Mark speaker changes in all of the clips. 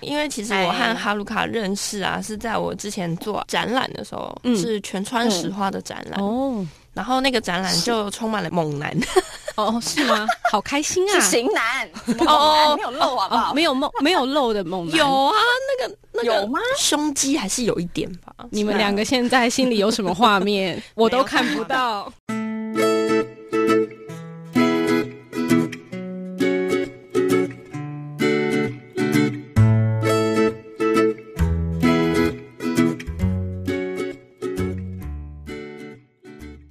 Speaker 1: 因为其实我和哈鲁卡认识啊，是在我之前做展览的时候，
Speaker 2: 嗯
Speaker 1: 是全川石化的展览，
Speaker 2: 哦
Speaker 1: 然后那个展览就充满了猛男，
Speaker 2: 哦，是吗？ 好开心啊！
Speaker 3: 是型男，猛
Speaker 1: 哦
Speaker 3: 男没有漏好不
Speaker 2: 哦
Speaker 3: 好？，
Speaker 2: 没有梦，没有漏的梦。
Speaker 1: 有，啊，那个那个
Speaker 3: 有吗？
Speaker 1: 胸肌还是有一点吧，啊
Speaker 2: 你们两个现在心里有什么画 面？我都看不到。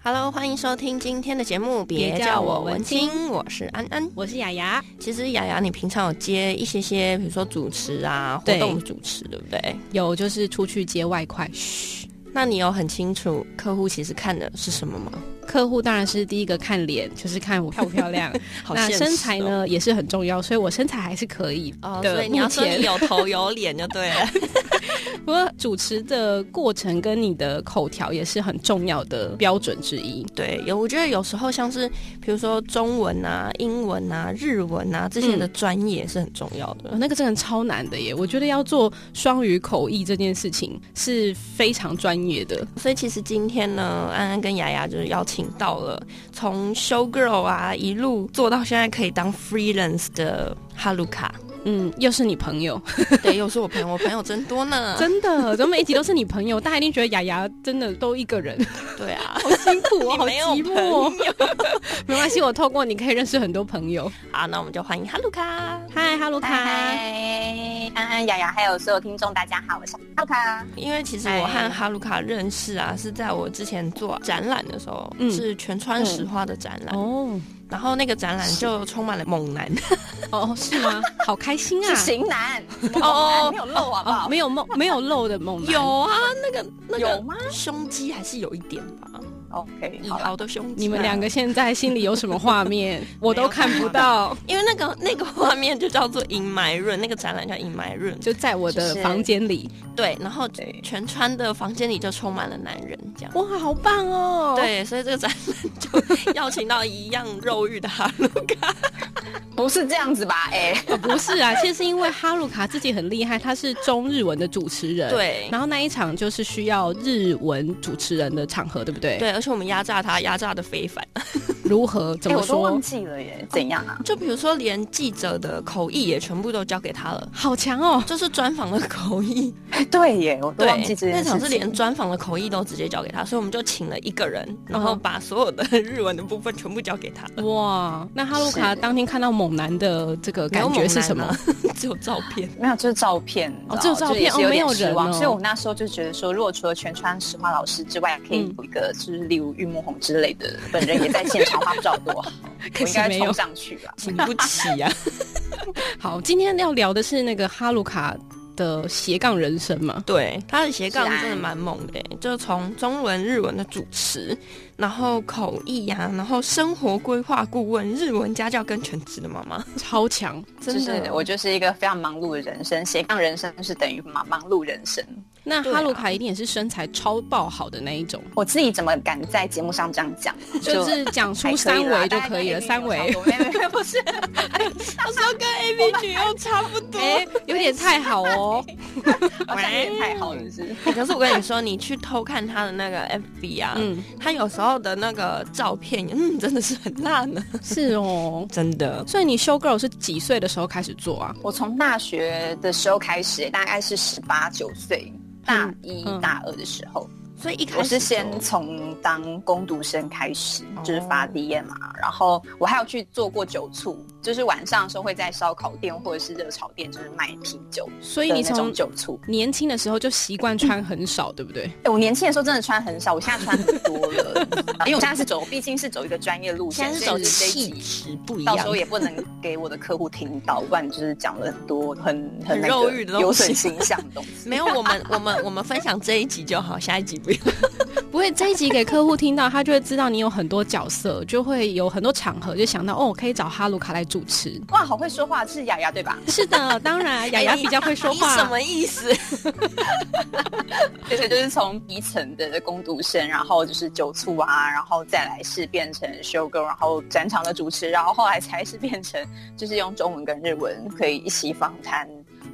Speaker 1: Hello，欢迎收听今天的节目，
Speaker 2: 别
Speaker 1: 别
Speaker 2: 叫
Speaker 1: 叫
Speaker 2: 我
Speaker 1: 我
Speaker 2: 文
Speaker 1: 文青，我是安安。
Speaker 2: 我是雅雅，
Speaker 1: 其实雅雅，你平常有接一些些，比如说主持啊，活
Speaker 2: 对
Speaker 1: 动主持，对不对？
Speaker 2: 有就是出去接外快，嘘。
Speaker 1: 那你有很清楚客户其实看的是什么吗？
Speaker 2: 客户当然是第一个看脸，就是看我漂不漂 亮。
Speaker 1: 好
Speaker 2: 那
Speaker 1: 现实
Speaker 2: 身材
Speaker 1: 哦？
Speaker 2: 呢也是很重要，所以我身材还是可以
Speaker 1: 哦，
Speaker 2: 的
Speaker 1: 所以你要说
Speaker 2: 目
Speaker 1: 你
Speaker 2: 前
Speaker 1: 有头有脸就对了。
Speaker 2: 不过主持的过程跟你的口条也是很重要的标准之一。
Speaker 1: 对，有我觉得有时候像是比如说中文啊、英文啊、日文啊这些的专业是很重要的。
Speaker 2: 哦、那个真的超难的耶！我觉得要做双语口译这件事情是非常专业的。
Speaker 1: 所以其实今天呢，安安跟雅雅就是邀请到了从 show girl 啊一路做到现在可以当 freelance 的哈鲁卡，
Speaker 2: 嗯，又是你朋 友，
Speaker 1: 对，又是我朋友，我朋友真多呢。
Speaker 2: 真的，怎么每一集都是你朋友？大家一定觉得雅雅真的都一个人，
Speaker 1: 对啊，
Speaker 2: 好 辛苦哦，
Speaker 1: 你
Speaker 2: 好
Speaker 1: 没有
Speaker 2: 寂
Speaker 1: 朋
Speaker 2: 寞。 没关系，我透过你可以认识很多朋友。
Speaker 1: 好，那我们就欢迎哈鲁卡。
Speaker 2: 嗨哈喽卡，
Speaker 3: 嗨，安安、雅雅，还有所有听众，大家好，我是浩卡。
Speaker 1: 因为其实我
Speaker 3: 哎
Speaker 1: 和哈鲁卡认识啊，是在我之前做展览的时候，
Speaker 2: 嗯
Speaker 1: 是全川石化的展览，
Speaker 2: 哦
Speaker 1: 然后那个展览就充满了猛男，
Speaker 2: 哦，是吗？好开心啊！
Speaker 3: 是型男，猛
Speaker 1: 哦
Speaker 3: 男没有漏好不
Speaker 2: 哦，
Speaker 3: 好？
Speaker 2: 没有梦，没有漏的梦。
Speaker 1: 有啊，那个那
Speaker 3: 有
Speaker 1: 个
Speaker 3: 吗
Speaker 1: 胸肌还是有一点吧，
Speaker 3: ？OK，
Speaker 1: 以
Speaker 3: 好了，
Speaker 1: 豪的啊胸肌。
Speaker 2: 你们两个现在心里有什么画 面？我都看不到，
Speaker 1: 因为那个那个画面就叫做 In My Room，那个展览叫 In My Room，
Speaker 2: 就在我的
Speaker 3: 就是
Speaker 2: 房间里。
Speaker 1: 对，然后
Speaker 3: 对
Speaker 1: 全川的房间里就充满了男人，这样。
Speaker 2: 哇，好棒哦！，
Speaker 1: 对，所以这个展览就邀请到一样肉欲的哈鲁卡，
Speaker 3: 不是这样子吧？哎，
Speaker 2: 哦、不是啊，其实是因为哈鲁卡自己很厉害，他是中日文的主持人。。
Speaker 1: 对
Speaker 2: 然后那一场就是需要日文主持人的场合，对不对？。
Speaker 1: 对，而且我们压榨他，压榨的非凡。
Speaker 2: 如何？怎
Speaker 3: 哎，
Speaker 2: 么
Speaker 3: 我都
Speaker 2: 说？
Speaker 3: 忘记了耶，怎样啊？
Speaker 1: 就比如说，连记者的口译也全部都交给他了，
Speaker 2: 好强哦！
Speaker 1: 就是专访的口译。
Speaker 3: 哎对耶，我都忘记
Speaker 1: 对，
Speaker 3: 这件
Speaker 1: 那
Speaker 3: 事情。
Speaker 1: 场是连专访的口译都直接交给他，所以我们就请了一个人，然后
Speaker 2: 嗯
Speaker 1: 把所有的日文的部分全部交给他了。
Speaker 2: 哇，那哈鲁卡
Speaker 3: 是
Speaker 2: 当天看到猛男的这个
Speaker 1: 没有
Speaker 2: 感觉是什么
Speaker 1: 猛？男啊？ 只有照片。
Speaker 3: 没有，就是照片，
Speaker 2: 哦
Speaker 3: 你知道
Speaker 2: 只有照片
Speaker 3: 就是也是
Speaker 2: 哦没有
Speaker 3: 点失
Speaker 2: 人
Speaker 3: 望
Speaker 2: 哦
Speaker 3: 所以我那时候就觉得说，如果除了全川石化老师之外，可以
Speaker 2: 嗯
Speaker 3: 有一个就是例如玉木宏之类的，本人也在现场拍照多好，我
Speaker 2: 可
Speaker 3: 应
Speaker 2: 惜
Speaker 3: 该
Speaker 2: 没有
Speaker 3: 冲。上去吧。
Speaker 1: 请不起 呀、
Speaker 2: 啊好，今天要聊的是那个哈鲁卡的斜杠人生嘛？
Speaker 1: 对，他的斜杠
Speaker 3: 是啊
Speaker 1: 真的蛮猛的欸、就从中文、日文的主持，然后口译呀、然后生活规划顾问、日文家教跟全职的妈妈，
Speaker 2: 超强。
Speaker 1: 真
Speaker 3: 就
Speaker 1: 的，
Speaker 3: 是我就是一个非常忙碌的人生，斜杠人生是等于忙忙碌人生。
Speaker 2: 那
Speaker 1: 对
Speaker 2: 哈鲁
Speaker 1: 啊
Speaker 2: 卡一定也是身材超爆好的那一种，
Speaker 3: 我自己怎么敢在节目上这样讲？
Speaker 2: 就是讲出
Speaker 3: 还可
Speaker 2: 三
Speaker 3: 以啦
Speaker 2: 围就可以了，三，围。
Speaker 3: 大概 AV 有差不多没有没有不是，
Speaker 1: 我说跟 A B 剧又差不多。
Speaker 2: 哎、有点太好哦。
Speaker 3: 好像有点太好
Speaker 2: 嗯
Speaker 3: 了，是不是？
Speaker 1: 欸可是我跟你说，你去偷看他的那个 FB 啊，
Speaker 2: 嗯，
Speaker 1: 他有时候的那个照片，嗯，真的是很啊辣呢，
Speaker 2: 是哦。
Speaker 1: 真的。
Speaker 2: 所以你修 girl 是几岁的时候开始做啊？
Speaker 3: 我从大学的时候开始，大概是十八九岁，大一、
Speaker 2: 嗯哦
Speaker 3: 大二的时候，
Speaker 1: 所以一开始
Speaker 3: 我是
Speaker 1: 就
Speaker 3: 先从当工读生开始
Speaker 1: 哦，
Speaker 3: 就是发 DM 嘛，然后我还有去做过酒醋，就是晚上的时候会在烧烤店或者是热炒店，就是卖啤酒
Speaker 2: 所以
Speaker 3: 的
Speaker 2: 你
Speaker 3: 那种
Speaker 2: 从
Speaker 3: 酒醋。
Speaker 2: 年轻的时候就习惯穿很少，对不 对？
Speaker 3: 哎、我年轻的时候真的穿很少，我现在穿很多了，因为我现在是走，毕竟是走一个专业路线，
Speaker 1: 先是
Speaker 3: 所
Speaker 1: 走
Speaker 3: 以就是这一
Speaker 1: 气
Speaker 3: 集
Speaker 1: 质不一
Speaker 3: 到
Speaker 1: 样
Speaker 3: 时，候也不能给我的客户听到，不然就是讲了很多很
Speaker 1: 很
Speaker 3: 很那个
Speaker 1: 肉欲的东西
Speaker 3: 有损形象的东西。
Speaker 1: 没有我们我们我们分享这一集就好，下一集不要。
Speaker 2: 不会，这一集给客户听到，他就会知道你有很多角色，就会有很多场合就想到哦，我可以找哈鲁卡来主持。
Speaker 3: 哇，好会说话，是雅雅对吧？
Speaker 2: 是的，当然， 雅雅比较会说
Speaker 1: 你什
Speaker 2: 话。
Speaker 1: 么意思？
Speaker 3: 对对，就是从底层的攻读生，然后就是酒醋啊，然后再来是变成修 girl，然后展场的主持，然后后来才是变成就是用中文跟日文可以一起访谈。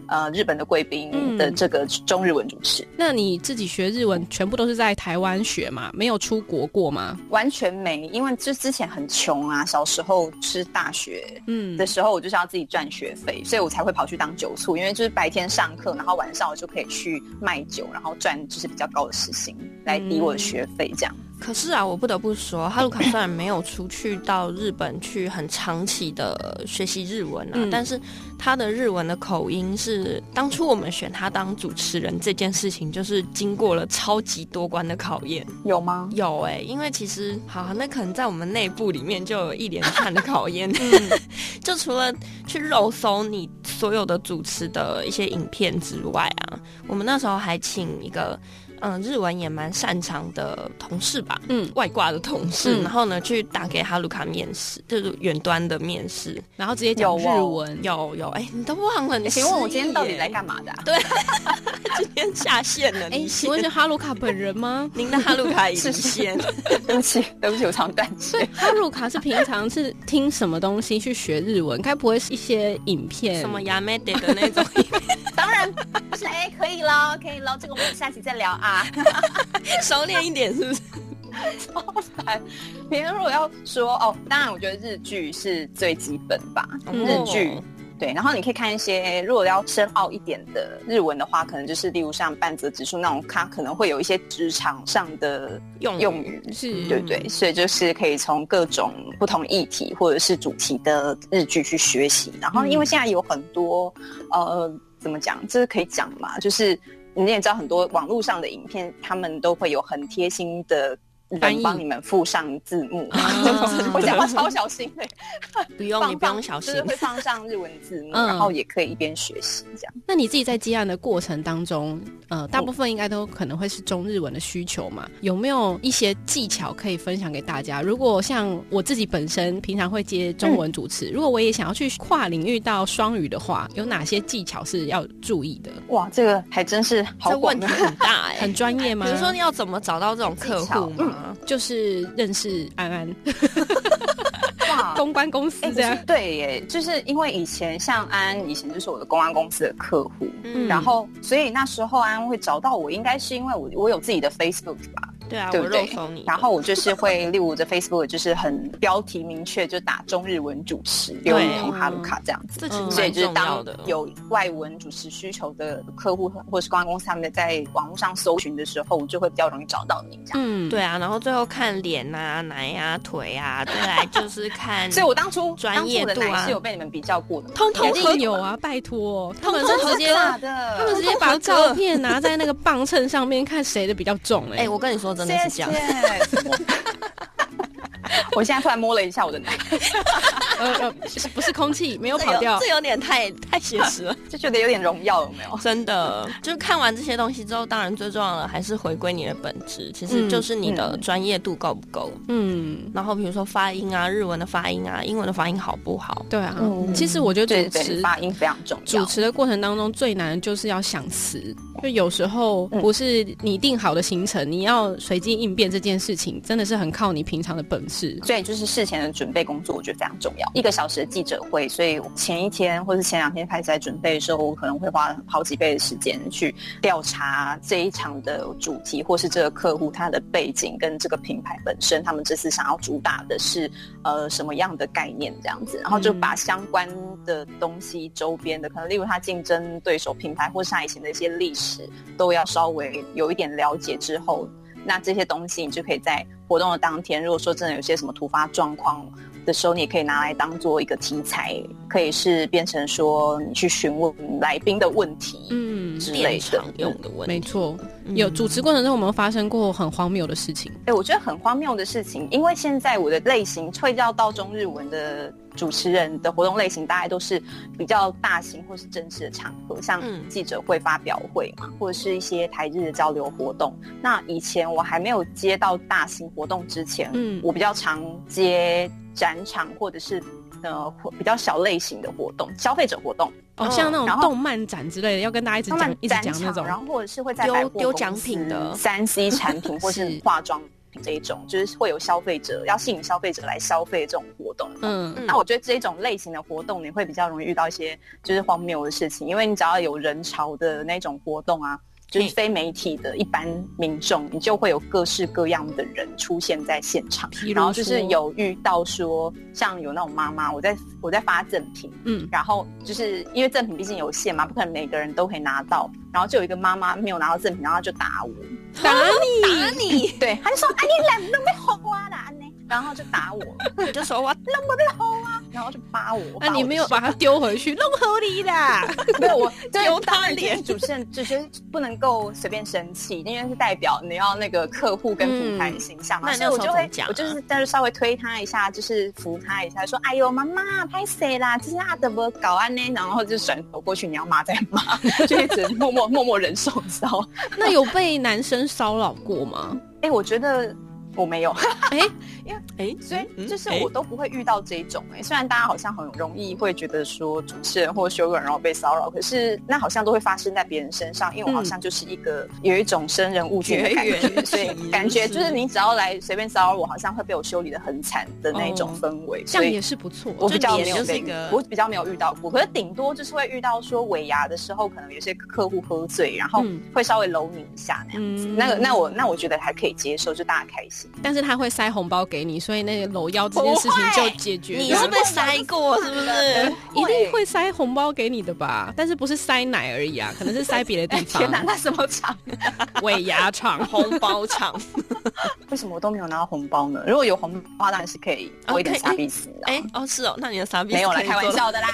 Speaker 3: 呃日本的贵宾
Speaker 1: 嗯
Speaker 3: 的这个中日文主持。
Speaker 2: 那你自己学日文全部都是在台湾学嘛？没有出国过吗？
Speaker 3: 完全没，因为就之前很穷啊，小时候是大学
Speaker 2: 嗯
Speaker 3: 的时候，我就是要自己赚学费，所以我才会跑去当酒醋，因为就是白天上课，然后晚上我就可以去卖酒，然后赚就是比较高的时薪来抵我的学费这样。
Speaker 1: 可是啊，我不得不说，哈鲁卡虽然没有出去到日本去很长期的学习日文啊，
Speaker 2: 嗯
Speaker 1: 但是他的日文的口音是当初我们选他当主持人这件事情，就是经过了超级多关的考验。
Speaker 3: 有吗？
Speaker 1: 有哎、因为其实好，那可能在我们内部里面就有一连串的考验，
Speaker 3: 嗯
Speaker 1: 就除了去肉搜你所有的主持的一些影片之外啊，我们那时候还请一个嗯、呃日文也蛮擅长的同事吧，
Speaker 2: 嗯，
Speaker 1: 外挂的同事，
Speaker 2: 嗯
Speaker 1: 然后呢去打给哈鲁卡面试，就是远端的面试，
Speaker 2: 然后直接讲
Speaker 3: 有
Speaker 2: 日
Speaker 3: 哦
Speaker 2: 文。
Speaker 1: 有有哎、你都忘了，你
Speaker 3: 请问我今天到底
Speaker 1: 失忆耶
Speaker 3: 来干嘛的、啊？
Speaker 1: 今天下线 了？
Speaker 2: 哎、
Speaker 1: 离
Speaker 2: 请
Speaker 1: 线？
Speaker 2: 问是哈鲁卡本人吗
Speaker 1: 您的哈鲁卡已离
Speaker 3: 是是
Speaker 1: 线。
Speaker 3: 对不起，对不起，我常断 气。
Speaker 2: 哈鲁卡是平常是听什么东西去学日文？该不会是一些影片？
Speaker 1: 什么亚美得的那种，
Speaker 3: 当然是哎、可以喽，可以喽，这个我们下期再聊啊。
Speaker 1: 熟练一点是不是？
Speaker 3: 别人如果要说哦，当然我觉得日剧是最基本吧，
Speaker 2: 嗯
Speaker 1: 哦
Speaker 3: 日剧。对，然后你可以看一些，如果要深奥一点的日文的话，可能就是例如像半泽直树那种，它可能会有一些职场上的
Speaker 2: 嗯
Speaker 1: 用
Speaker 3: 用语，
Speaker 1: 嗯
Speaker 2: 是
Speaker 3: 对不对？所以就是可以从各种不同议题或者是主题的日剧去学习。然后，
Speaker 2: 嗯
Speaker 3: 因为现在有很多呃，怎么讲，这是可以讲嘛？就是你也知道，很多网络上的影片，他们都会有很贴心的。
Speaker 2: 翻译
Speaker 3: 人帮你们附上字幕，
Speaker 2: 啊
Speaker 3: 我讲话超小心的，
Speaker 1: 不用
Speaker 3: 放
Speaker 1: 你不用小
Speaker 3: 就
Speaker 1: 心
Speaker 3: 是。会放上日文字 幕，
Speaker 2: 嗯
Speaker 3: 然后也可以一边学习这样。
Speaker 2: 那你自己在接案的过程当中，呃，大部分应该都可能会是中日文的需求嘛？有没有一些技巧可以分享给大家？如果像我自己本身平常会接
Speaker 1: 嗯
Speaker 2: 中文主持，如果我也想要去跨领域到双语的话，有哪些技巧是要注意的？
Speaker 3: 哇，这个还真是好
Speaker 1: 这
Speaker 3: 广
Speaker 1: 问
Speaker 3: 的
Speaker 1: 题很大哎、
Speaker 2: 很专业吗？
Speaker 1: 比如说，你要怎么找到这种客户
Speaker 3: 技巧
Speaker 1: 吗？
Speaker 2: 就是认识安安
Speaker 3: 哇
Speaker 2: 公关公司
Speaker 3: 啊哎，
Speaker 2: 这样
Speaker 3: 可，是对耶，就是因为以前像安，以前就是我的公安公司的客户，
Speaker 1: 嗯，
Speaker 3: 然后所以那时候安会找到我，应该是因为我我有自己的 Facebook 吧，
Speaker 1: 对啊，
Speaker 3: 对
Speaker 1: 我
Speaker 3: 不对
Speaker 1: 肉搜你的，
Speaker 3: 然后我就是会例如我的 Facebook 就是很标题明确，就打中日文主持刘
Speaker 1: 对
Speaker 3: 雨桐哈鲁卡这样子。
Speaker 1: 这其实
Speaker 2: 嗯
Speaker 1: 蛮
Speaker 3: 所以就是
Speaker 1: 重要
Speaker 3: 当
Speaker 1: 的，
Speaker 3: 有外文主持需求的客户或是公安公司他们在网络上搜寻的时候，我就会比较容易找到你这样。，
Speaker 2: 嗯，
Speaker 1: 对啊，然后最后看脸啊、奶啊、腿啊， 再来就是看
Speaker 3: 所以我当初
Speaker 1: 嗯专
Speaker 3: 当初
Speaker 1: 业
Speaker 3: 我的
Speaker 1: 度啊
Speaker 3: 奶是有被你们比较过的吗，
Speaker 1: 通通
Speaker 2: 肯
Speaker 3: 肯
Speaker 2: 定
Speaker 3: 定
Speaker 2: 有啊，拜托，他们
Speaker 3: 哦真
Speaker 2: 是直接。
Speaker 1: 啊
Speaker 3: 假
Speaker 2: 他
Speaker 3: 的
Speaker 2: 们直接把照片拿在那个磅秤上面，看谁的比较重哎、
Speaker 1: 哎、我跟你说，真的是这样。
Speaker 3: 谢谢。 我现在突然摸了一下我的奶，
Speaker 2: 呃呃，是不是 空气没有
Speaker 1: 这
Speaker 2: 跑掉
Speaker 1: 这，有点太太写实了，
Speaker 3: 就觉得有点荣耀，有没有？
Speaker 1: 真的。就是看完这些东西之后，当然最重要的还是回归你的本质，其
Speaker 2: 嗯
Speaker 1: 实就是你的
Speaker 3: 嗯
Speaker 1: 专业度够不够。
Speaker 2: 嗯，
Speaker 1: 然后比如说发音啊，日文的发音啊，英文的发音好不好？
Speaker 2: 对啊，
Speaker 3: 嗯
Speaker 2: 其实我觉得
Speaker 3: 对
Speaker 2: 主
Speaker 3: 对
Speaker 2: 持
Speaker 3: 对，发音非常重要。
Speaker 2: 主持的过程当中最难的就是要想词，就有时候不是你定好的行程，你要随机应变这件事情，真的是很靠你平常的本事。
Speaker 3: 所以就是事前的准备工作，我觉得非常重要。一个小时的记者会，所以前一天或是前两天开始在准备的时候，我可能会花好几倍的时间去调查这一场的主题，或是这个客户他的背景跟这个品牌本身，他们这次想要主打的是呃什么样的概念这样子，然后就把相关的东西周边的，可能例如他竞争对手品牌，或是他以前的一些历史，都要稍微有一点了解之后，那这些东西你就可以在活动的当天，如果说真的有些什么突发状况的时候，你也可以拿来当做一个题材，可以是变成说你去询问来宾的问题，
Speaker 2: 嗯，
Speaker 3: 之类
Speaker 1: 电
Speaker 3: 的
Speaker 1: 场。用的问
Speaker 2: 没
Speaker 1: 题，
Speaker 2: 错，
Speaker 1: 嗯
Speaker 2: 有主持过程中我们有发生过很荒谬的事情。
Speaker 3: 哎、我觉得很荒谬的事情，因为现在我的类型退掉到中日文的主持人的活动类型，大概都是比较大型或是正式的场合，像
Speaker 1: 嗯
Speaker 3: 记者会、发表会嘛，或者是一些台日的交流活动。那以前我还没有接到大型活动之前，
Speaker 2: 嗯
Speaker 3: 我比较常接展场或者是呃或比较小类型的活动，消费者活动。
Speaker 2: 哦，
Speaker 1: 嗯
Speaker 2: 像那种
Speaker 3: 然后
Speaker 2: 动漫展之类的，要跟大家一直
Speaker 3: 他
Speaker 2: 讲
Speaker 3: 们，
Speaker 2: 一直
Speaker 3: 展
Speaker 2: 讲那
Speaker 3: 场，
Speaker 2: 种。
Speaker 3: 然后或者是会在
Speaker 1: 丢
Speaker 3: 百货
Speaker 1: 丢
Speaker 3: 公
Speaker 1: 奖品
Speaker 3: 司
Speaker 1: 的
Speaker 3: 三 C 产品或是
Speaker 2: 是
Speaker 3: 化妆品这一种，就是会有消费者要吸引消费者来消费这种活动。
Speaker 2: 嗯
Speaker 1: 嗯
Speaker 3: 那我觉得这种类型的活动，你会比较容易遇到一些就是荒谬的事情，因为你只要有人潮的那种活动啊，就是
Speaker 1: 嗯
Speaker 3: 非媒体的一般民众，你就会有各式各样的人出现在现场
Speaker 2: 譬如，
Speaker 3: 然后就是
Speaker 2: 说
Speaker 3: 有遇到说，像有那种妈妈，我在我在发赠品，
Speaker 2: 嗯，
Speaker 3: 然后就是因为赠品毕竟有限嘛，不可能每个人都可以拿到，然后就有一个妈妈没有拿到赠品，然后就打我，
Speaker 2: 打你，
Speaker 1: 打你，
Speaker 3: 对，她就说啊你懒都被哄啊啦，安呢，然后就打我，
Speaker 1: 你就说我
Speaker 3: 然后就扒我， 扒我
Speaker 2: 那、啊你
Speaker 3: 的
Speaker 2: 没有把它丢回去，弄合理啦。
Speaker 3: 没有，我
Speaker 1: 丢
Speaker 3: 对
Speaker 1: 他
Speaker 3: 当然就
Speaker 1: 脸
Speaker 3: 是主持人，主持人不能够随便生气，因为是代表你要那个客户跟品牌的形象嘛，
Speaker 1: 嗯
Speaker 3: 所以我就
Speaker 1: 那
Speaker 3: 会
Speaker 1: 你那时候怎么，讲啊
Speaker 3: 我就是但是稍微推他一下，就是扶他一下，说：“哎呦，妈妈，拍谁啦？这是阿德伯搞安呢。”然后就转头过去，你要骂再骂， 就一直默默默默忍受，你知道吗？
Speaker 2: 那有被男生骚扰过吗？
Speaker 3: 哎，我觉得。我没有，
Speaker 2: 哎、
Speaker 1: 哎，
Speaker 3: 所以
Speaker 1: 嗯
Speaker 3: 就是
Speaker 1: 哎
Speaker 3: 我都不会遇到这种哎、虽然大家好像很容易会觉得说主持人或修个人然后被骚扰，可是那好像都会发生在别人身上，因为我好像就是一个、有一种生人勿近的感
Speaker 1: 绝缘
Speaker 3: 觉，所以
Speaker 1: 体
Speaker 3: 感觉就是
Speaker 1: 是
Speaker 3: 你只要来随便骚扰我，好像会被我修理的很惨的那种
Speaker 2: 哦
Speaker 3: 氛围。
Speaker 2: 这
Speaker 3: 所
Speaker 2: 样
Speaker 3: 以
Speaker 2: 也是不错。
Speaker 3: 我比较
Speaker 1: 就
Speaker 3: 没
Speaker 1: 你
Speaker 3: 有
Speaker 1: 就是
Speaker 3: 被
Speaker 1: 一个
Speaker 3: 我比较没有遇到过，可是顶多就是会遇到说尾牙的时候，可能有些客户喝醉，然后
Speaker 2: 嗯
Speaker 3: 会稍微搂你一下那样。
Speaker 2: 嗯
Speaker 3: 那个，那我那我觉得还可以接受，就大家开心。
Speaker 2: 但是他会塞红包给你，所以那个搂腰这件事情就解决了。
Speaker 1: 你是被塞过是不是？
Speaker 2: 一定会塞红包给你的吧？但是不是塞奶而已啊，可能是塞别的地
Speaker 3: 哎 天哪，
Speaker 2: 方，
Speaker 3: 那什么场？
Speaker 2: 尾牙 场。
Speaker 1: 红包场，
Speaker 3: 为什么我都没有拿到红包呢？如果有红包的话，当然是可以
Speaker 1: 啊
Speaker 3: 我一点
Speaker 1: 可以
Speaker 3: 傻逼死的。
Speaker 1: 哎哦是哦，那你的傻逼
Speaker 3: 没有啦，
Speaker 1: 了，
Speaker 3: 开玩，笑的啦。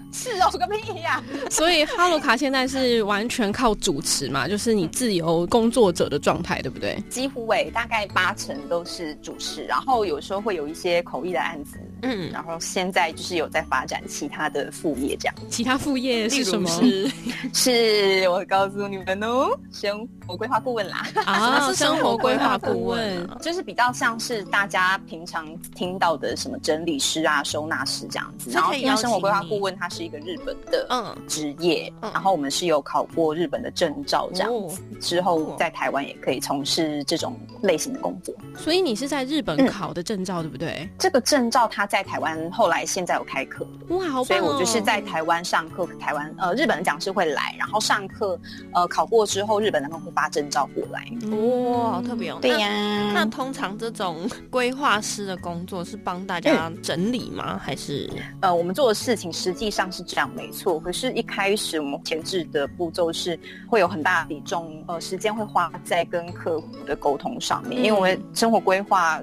Speaker 3: 是哦，个屁呀！
Speaker 2: 所以哈鲁卡现在是完全靠主持嘛，就是你自由工作者的状态，对不对？
Speaker 3: 几乎诶，大概八成都是主持，然后有时候会有一些口译的案子，
Speaker 1: 嗯，
Speaker 3: 然后现在就是有在发展其他的副业，这样
Speaker 2: 其他副业
Speaker 1: 例
Speaker 2: 是什
Speaker 1: 如
Speaker 2: 么
Speaker 1: 是
Speaker 3: 是我告诉你们哦，生活规划顾问啦。
Speaker 1: 什么
Speaker 2: 啊？
Speaker 1: 是生活规划顾问啊？
Speaker 3: 就是比较像是大家平常听到的什么整理师啊、收纳师这样子。
Speaker 1: 所以
Speaker 3: 然后，
Speaker 1: 可以
Speaker 3: 因为生活规
Speaker 1: 邀
Speaker 3: 划
Speaker 1: 请你
Speaker 3: 顾问他是一个日本的
Speaker 1: 嗯，
Speaker 3: 职业，
Speaker 1: 嗯
Speaker 3: 然后我们是有考过日本的证照这样子。
Speaker 1: 哦
Speaker 3: 之
Speaker 1: 酷
Speaker 3: 后
Speaker 1: 哦
Speaker 3: 在台湾也可以从事这种类型的工作。
Speaker 2: 啊所以你是在日本考的证照，对不对？
Speaker 3: 这个证照它在台湾后来现在有开课了。
Speaker 2: 哇，好棒哦！
Speaker 3: 嗯所以我就是在台湾上课，台湾呃日本的讲师会来，然后上课呃考过之后，日本的他们会发证照过来。
Speaker 1: 哇，好特别哦。
Speaker 3: 对呀、
Speaker 1: 嗯那那通常这种规划师的工作是帮大家整理吗？还是
Speaker 3: 呃，我们做的事情实际上是这样，没错。可是，一开始我们前置的步骤是会有很大的比重，呃，时间会花在跟客户的沟通上面，
Speaker 2: 嗯
Speaker 3: 因为我们生活规划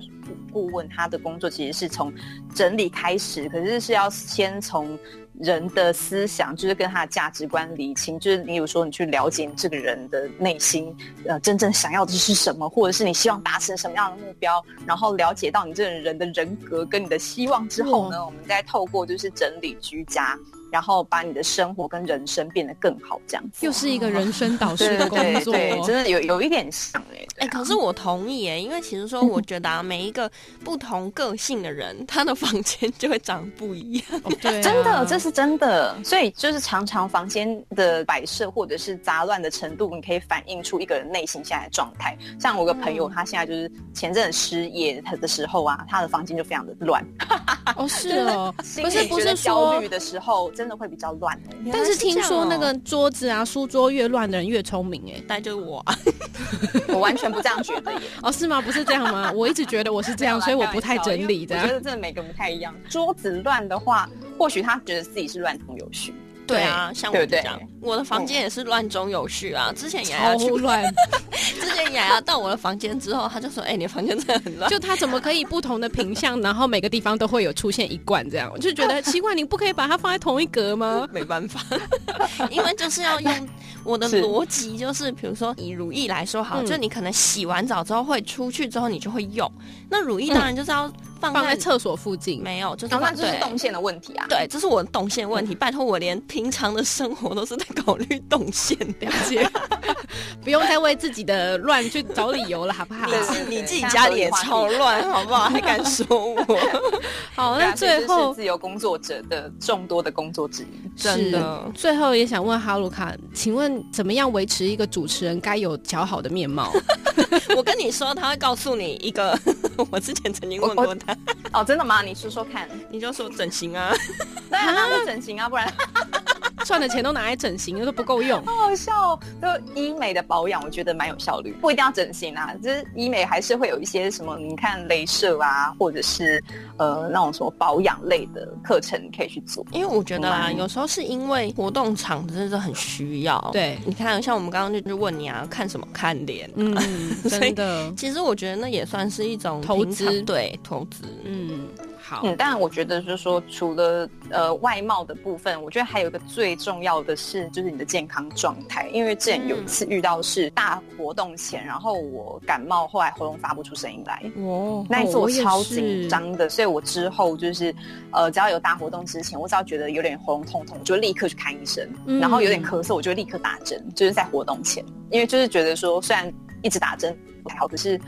Speaker 3: 顾问他的工作其实是从整理开始，可是是要先从。人的思想就是跟他的价值观理清，就是你有说你去了解你这个人的内心，呃，真正想要的是什么，或者是你希望达成什么样的目标，然后了解到你这个人的人格跟你的希望之后
Speaker 2: 嗯
Speaker 3: 呢，我们再透过就是整理居家，然后把你的生活跟人生变得更好，这样子。
Speaker 2: 又是一个人生导 师
Speaker 3: 对对
Speaker 2: 的工
Speaker 3: 对
Speaker 2: 作，啊
Speaker 3: 对，真的有有一点像哎、
Speaker 1: 哎、可是我同意哎，因为其实说，我觉得啊，每一个不同个性的人，他的房间就会长不一样。
Speaker 2: 哦对啊
Speaker 3: 真的，这是真的。所以就是常常房间的摆设或者是杂乱的程度，你可以反映出一个人内心现在的状态。像我有个朋友，
Speaker 1: 嗯
Speaker 3: 他现在就是前阵子失业他的时候啊，他的房间就非常的乱。
Speaker 2: 哦，是哦，
Speaker 3: 心
Speaker 2: 不是
Speaker 3: 里
Speaker 2: 不
Speaker 3: 觉
Speaker 2: 是
Speaker 3: 得焦
Speaker 2: 说
Speaker 3: 虑，的时候，真的会比较 乱、
Speaker 2: 但是
Speaker 3: 哦
Speaker 2: 听说那
Speaker 1: 原来
Speaker 2: 个桌子啊、书桌越乱的人越聪明哎。
Speaker 1: 是这样哦，那就是我啊，
Speaker 3: 我完全不这样觉得耶。啊
Speaker 2: 哦，是吗？不是这样 吗？我一直觉得我是这样，所以我不太整理
Speaker 3: 的。
Speaker 2: 的啊
Speaker 3: 我觉。得真的每个人不太一样。桌子乱的话，或许他觉得自己是乱中有序。
Speaker 1: 对啊，像我
Speaker 3: 对
Speaker 1: 就
Speaker 3: 不
Speaker 1: 这
Speaker 3: 对
Speaker 1: 样，我的房间也是乱中有序啊。之前雅
Speaker 2: 超
Speaker 1: 雅去，
Speaker 2: 乱，
Speaker 1: 之前雅雅到我的房间之后，她就说：“哎、你的房间真的很乱。”
Speaker 2: 就他怎么可以不同的品相，然后每个地方都会有出现一罐这样？我就觉得奇怪，你不可以把它放在同一格吗？
Speaker 1: 没办法， 因为就是要用我的
Speaker 3: 是
Speaker 1: 逻辑，就是比如说以乳液来说好，
Speaker 2: 嗯
Speaker 1: 就你可能洗完澡之后会出去之后你就会用，那乳液当然就是要放
Speaker 2: 放
Speaker 1: 在
Speaker 2: 在厕所附近，
Speaker 1: 没有，就是
Speaker 3: 然后
Speaker 1: 放
Speaker 3: 哦那就是
Speaker 1: 对
Speaker 3: 动线的问题啊。
Speaker 1: 对，这是我的动线问题。拜托，我连平常的生活都是在考虑动线的。
Speaker 2: 了解。不用再为自己的乱去找理由了，好不好？
Speaker 1: 你
Speaker 3: 对
Speaker 1: 自
Speaker 3: 对对
Speaker 1: 你自己家里也超乱，好不好？还敢说 我？
Speaker 2: 好，
Speaker 3: 对啊
Speaker 2: 那
Speaker 3: 所以这
Speaker 2: 最
Speaker 3: 是
Speaker 2: 后
Speaker 3: 自由工作者的众多的工作之一。
Speaker 1: 真的
Speaker 2: 是最后也想问哈鲁卡，请问怎么样维持一个主持人该有姣好的面貌？
Speaker 1: 我跟你说，他会告诉你一个， 我之前曾经问过他，
Speaker 3: 哦，真的吗？你说说看。
Speaker 1: 你就说整形啊，
Speaker 3: 对啊，那我整形啊，不然
Speaker 2: 赚的钱都拿来整形，都不够用。
Speaker 3: 好好笑哦。就医美的保养，我觉得蛮有效率，不一定要整形啊，就是医美还是会有一些什么，你看镭射啊，或者是呃那种什么保养类的课程可以去做。
Speaker 1: 因为我觉得啦，
Speaker 3: 嗯
Speaker 1: 有时候是因为活动场真的很需要。，
Speaker 2: 对，
Speaker 1: 你看，像我们刚刚就是问你啊，看什么看脸？
Speaker 2: 嗯，
Speaker 1: 所以
Speaker 2: 真的，
Speaker 1: 其实我觉得那也算是一种
Speaker 2: 嗯投
Speaker 1: 平常
Speaker 2: 资
Speaker 1: 对投资。
Speaker 2: 嗯，好，
Speaker 3: 嗯，但我觉得就是说，除了呃外貌的部分，我觉得还有一个最重要的是，就是你的健康状态。因为之前有一
Speaker 1: 嗯
Speaker 3: 次遇到是大活动前，然后我感冒，后来喉咙发不出声音来。
Speaker 1: 哦
Speaker 3: 那一次我
Speaker 2: 我也
Speaker 3: 超
Speaker 2: 是
Speaker 3: 紧张的，所以我之后就是，呃，只要有大活动之前，我只要觉得有点喉咙痛痛，我就立刻去看医生，
Speaker 2: 嗯
Speaker 3: 然后有点咳嗽，我就立刻打针，就是在活动前，因为就是觉得说，虽然一直打针不太好，可是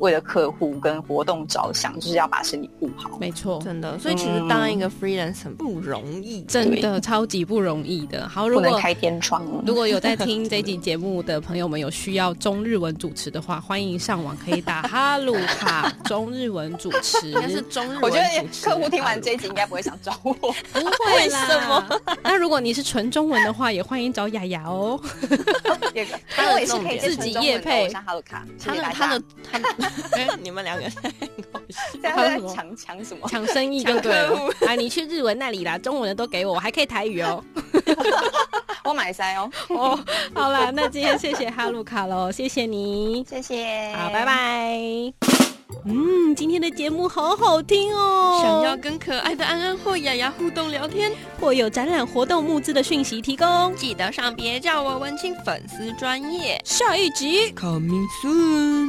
Speaker 3: 为了客户跟活动着想，就是要把身体顾好。
Speaker 2: 没错，
Speaker 1: 真的，所以其实当一个 freelance 很不容易，
Speaker 2: 真的超级不容易的。好，如
Speaker 3: 不
Speaker 2: 果
Speaker 3: 能开天窗。
Speaker 2: 如果有在听这集节目的朋友们有需要中日文主持的话，欢迎上网可以打哈鲁卡中日文主持。
Speaker 1: 应该是中日文
Speaker 3: 嗯我觉得
Speaker 1: 主持
Speaker 3: 客户听完
Speaker 1: 吧
Speaker 3: 这一集应该不会想 找我。
Speaker 2: 不会啦
Speaker 1: 为什么？
Speaker 2: 那如果你是纯中文的话，也欢迎找雅雅哦。
Speaker 3: 也可但我也是可以
Speaker 2: 自己业配
Speaker 3: 上哈鲁卡，谢
Speaker 1: 他
Speaker 3: 谢
Speaker 1: 的
Speaker 3: 大家
Speaker 1: 他的他 的，哎你们两个太搞笑
Speaker 3: 现在在抢抢
Speaker 1: 哦
Speaker 3: 什么？
Speaker 2: 抢生意就对了啊！你去日文那里啦，中文的都给我，我还可以台语哦。
Speaker 3: 我买塞哦，
Speaker 2: 哦，好啦，那今天谢谢哈鲁卡喽，谢谢你，
Speaker 3: 谢谢，
Speaker 2: 好，拜。拜。嗯，今天的节目好好听 哦。
Speaker 1: 想要跟可爱的安安或雅雅互动聊天，
Speaker 2: 或有展览活动募资的讯息提供，
Speaker 1: 记得上别叫我文青粉丝专业
Speaker 2: 下一集。
Speaker 1: coming soon。